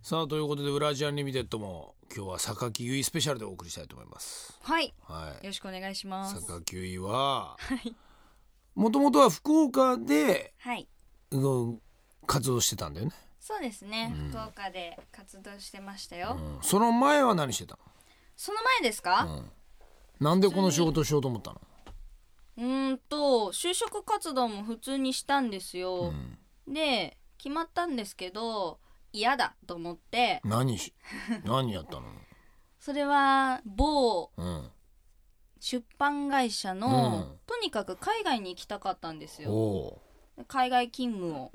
さあということで「ウラジアンリミテッド」も今日は榊結衣スペシャルでお送りしたいと思います。はいよはい、ろしくお願いします榊結衣はもともとは福岡ではいうん活動してたんだよね、そうですね、うん福岡で活動してましたうよ、ん、その前は何してたその前ですか、の、うん、なんでこの仕事しようと思ったの、うーんと就職活動も普通にしたんですよ、うんで決まったんですけど嫌だと思って何し何やったの、それは某うん、出版会社の、うんとにかく海外に行きたかったんですおよお海外勤務を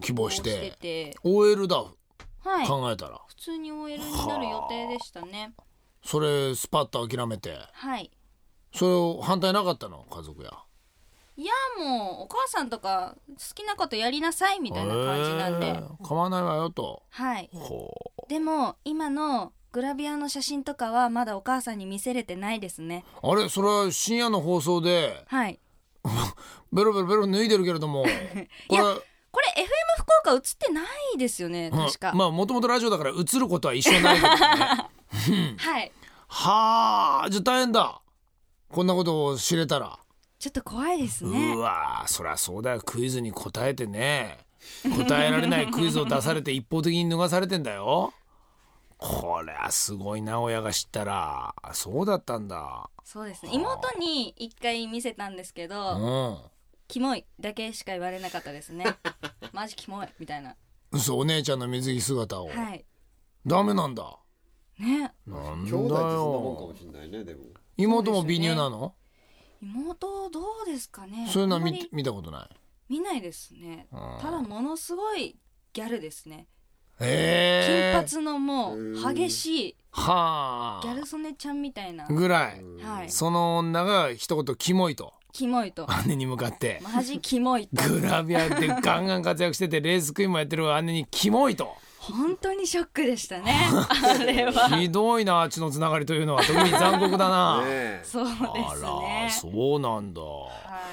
希望してしてて OL だ、はい考えたら普通に OL になる予定でしたねそれスパッと諦めてはいそれを反対なかったの家族やいやもうお母さんとか好きなことやりなさいみたいな感じなんで、へー構わないわよとはいほうでも今のグラビアの写真とかはまだお母さんに見せれてないですねあれそれは深夜の放送ではいベロベロベロ脱いでるけれど もこれやこれ FM 福岡映ってないですよねうん確か、まあもともとラジオだから映ることは一緒ないけどね はいはあじゃあ大変だこんなことを知れたら、ちょっと怖いですねうわそりゃそうだよクイズに答えてね答えられないクイズを出されて一方的に脱がされてんだよこりゃすごいな親が知ったらそうだったんだそうですね妹に一回見せたんですけうどん「キモい」だけしか言われなかったです ねマジキモいみたいなそうお姉ちゃんの水着姿を、はいダメなんだねなんだ兄弟ってそんなもんかよもしれないねでも妹も美乳なの妹どうですかねそういうのはあんま見り見たことない見ないですねうんただものすごいギャルですね金ええ髪のもう激しいはあギャル曽根ちゃんみたいなぐらい、はいその女が一言キモいとキモいと 姉に向かってマジキモいとグラビアでガンガン活躍しててレースクイーンもやってる姉にキモいと本当にショックでしたねあれはひどいなあっちのつながりというのは特に残酷だな、ね えそうですあらねそうなんだ、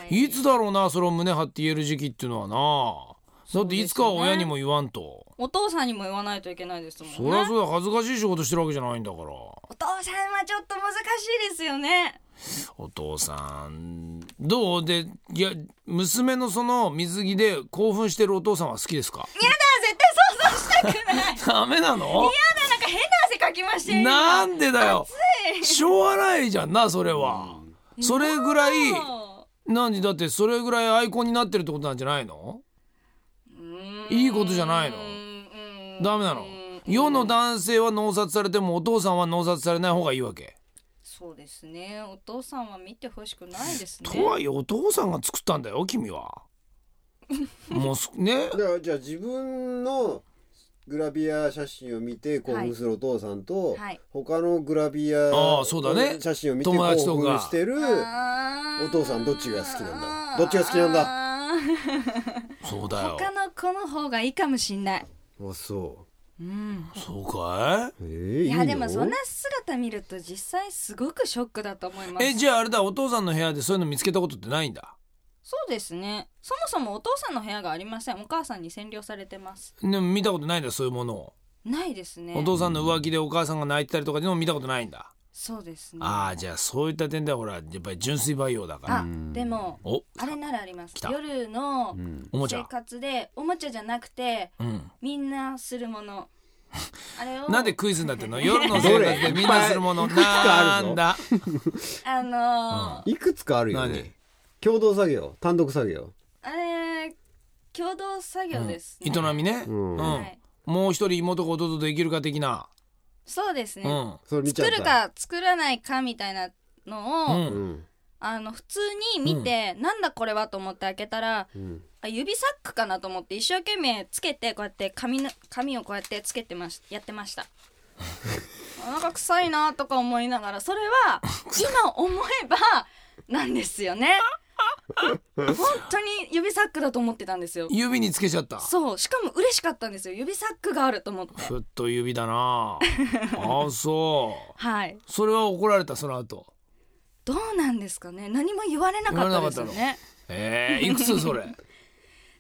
いい、つだろうなそれを胸張って言える時期っていうのはなだっていつかは親にも言わんと。お父さんにも言わないといけないですもんねそりゃそうだ恥ずかしい仕事してるわけじゃないんだからお父さんはちょっと難しいです よねお父さんどうでいや娘のその水着で興奮してるお父さんは好きですかやだ絶対想像したくないや だダメなのなんか変な汗かきましたよ今なんでだよしょうがないじゃんなそれは、それぐらいも何だってそれぐらいアイコンになってるってことなんじゃないのううーんいいことじゃないうのーんダメなのうーん世の男性は脳殺されてもお父さんは脳殺されない方がいいわけそうですねお父さんは見てほしくないですねとはいえお父さんが作ったんだよ君 はもうすねだからじゃあ自分のグラビア写真を見て興奮するお父さんと、はい他のグラビアああそうだね写真を見て興友達とか奮してるおお父さんどっちが好きなんだどっちが好きなんだそうだよ他の子の方がいいかもしんない、あそうん、そうかいうえいやでもそんな姿見ると実際すごくショックだと思いますえじゃああれだお父さんの部屋でそういうの見つけたことってないんだそうですねそもそもお父さんの部屋がありませんお母さんに占領されてますでも見たことないんだそういうものを、ないですねお父さんの浮気でお母さんが泣いてたりとかでも見たことないんだ、そうですねああじゃあそういった点ではほらやっぱり純粋培養だからあでもおあれならあります来た夜のおもち生ゃ活でおもちゃじゃなくてうんみんなするものあれを なんでクイズになってんの夜の生活でみんなするものどれいっぱないんだあのーいくつかあるよ何ね共同作業単独作業あれ共同作業ですね、営みね、ううんんはいもう一人妹が弟とできるか的な、そうですうね、んそれ見ちゃっ作たるか作らないかみたいなうのを、ん、うんあの普通に見て、なんだこれはと思って開けたらうんあ指サックかなと思って一生懸命つけてこうやって髪の髪をこうやってつけてましやってました あなんか臭いなとか思いながらそれは今思えばなんですよね本当に指サックだと思ってたんですよ指につけちゃったそうしかも嬉しかったんですよ指サックがあると思ってふっと指だなああそうはいそれは怒られたその後どうなんですかね何も言われなかったですよ言わねえー、いくつそれ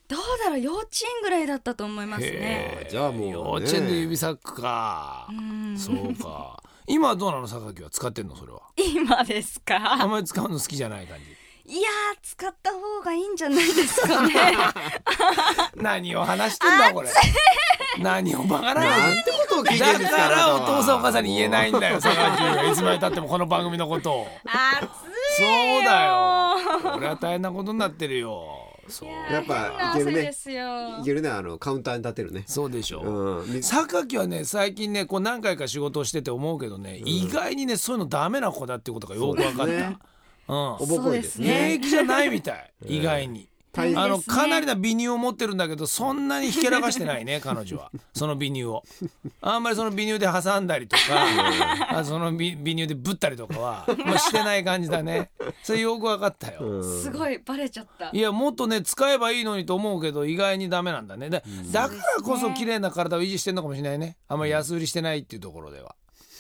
どうだろう幼稚園ぐらいだったと思いますね。へえじゃあもうね幼稚園で指サックかうんそうか今はどうなの榊は使ってんのそれは今ですあんかまり使うの好きじゃない感じいやー使った方がいいんじゃないですかね 何を話してんだこれ何をバカなな話んてことを聞いてるだんですかか。らお父さんお母さんに言えないんだ。だよ榊はいつまでたってもこの番組のことを暑そういよだよ俺は大変なことになってるよそうやっぱ変ない汗けるねですよいけるねあのカウンターに立てるね。そうでしょう、うん。水榊はね最近ねこう何回か仕事をしてて思うけどね、意外にねそういうのダメな子だっていうことがよく分かそった、うですねうんおぼこいですそうですねね。平気じゃないみたい意外に。大あのですねかなりな美乳を持ってるんだけどそんなにひけらかしてないね彼 女はその美乳をあんまりその美乳で挟んだりとかあその美美乳でぶったりとかは、まあ、してない感じだねそれよく分かったよ、うんすごいバレちゃったいやもっとね使えばいいのにと思うけど意外にダメなんだねだだからこそ綺麗な体を維持してんのかもしれないねあんまり安売りしてないっていうところでは。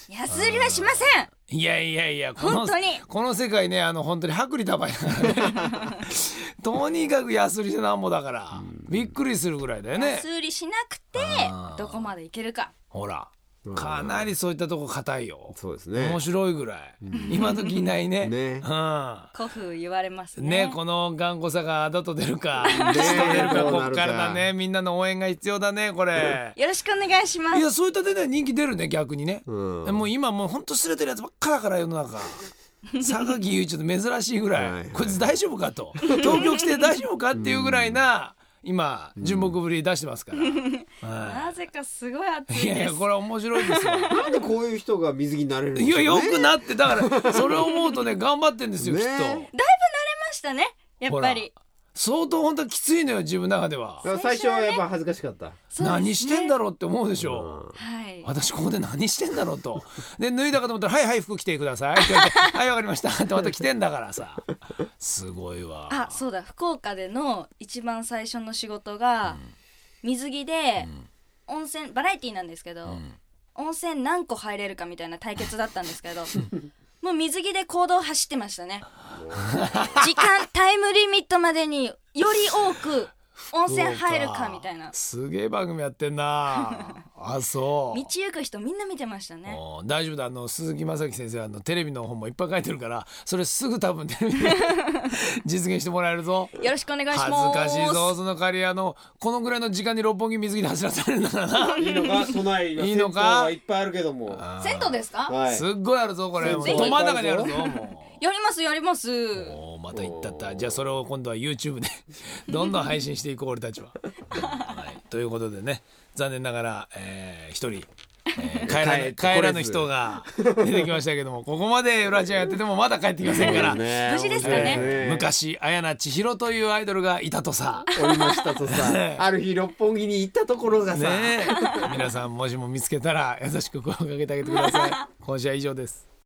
安売りはしませんいやいやいやこの本当にこの世界ねあの本当に薄利多売だからねとにかく安売りしてなんぼだからびっくりするぐらいだよね安売りしなくてあーどこまでいけるかほらうんかなりそういったとこ硬いよそうですね面。白いぐらい今時いないねねうん古風言われますねねこの頑固さがあだと出るかね吉と出るかどうこなっるかからだねみんなの応援が必要だねこれよろしくお願いしまいすやそういった点では人気出るね逆にねうん。もう今もうほんと擦れてるやつばっかだから世の中榊優ちょっと珍しいぐはいらはいいこいつ大丈夫かと東京来て大丈夫かっていうぐらいな今純朴ぶり出してますから、はなぜかすごい暑い、いいやいでや すこれは面白いですよなんでこう いう人が水着になれるんでいしょやうね。よくなってだからそれを思うとね頑張ってんですよ、ねきっとましたねやっぱり相当本当はきついのよ自分の中ではだから最初はやっぱ恥ずかしかった。何してんだろろうって思うでしょ、はい私ここで何してんだろうとで脱いだかと思ったら「はいはい服着てください」って言われ て「はいわかりました」ってまた着てんだからさすごいわあそうだ福岡での一番最初の仕事が水着で温泉バラエティーなんですけど、温泉何個入れるかみたいな対決だったんですけ どもう水着で行動走ってましたね時間タイムリミットまでにより多く温泉入るかみたそいうなかすげえ番組やってんなあそ道う行く人みんな見てましたねお大丈夫だあの鈴木雅樹先生あのテレビの本もいっぱい書いてるからそれすぐ多分テレビで 実現してもらえるぞよろしくお願いし恥まずすかしいぞその代わりあのこのぐらいの時間に六本木水着で走らされるんだからな いいのか都内いいのか銭湯はいっぱいあるけども。銭湯ですかはい。すっごいあるぞこれもうぜひど真ん中にあるぞもう。やりますやりますおーまた行ったったじゃあそれを今度は YouTube で どんどん配信していこう俺たちは、はい。ということでね残念ながら一、えー、一人、 えー帰らぬ帰ってこれず帰らぬ人が 出てきましたけどもここまでウラちゃんやっててもまだ帰ってきませんから、無事ですかねえー昔綾菜千尋というアイドルがいたとさ。おりましたとさある日六本木に行ったところがさ、 ねえ皆さんもしも見つけたら優しく声をかけてあげてください。今週は以上です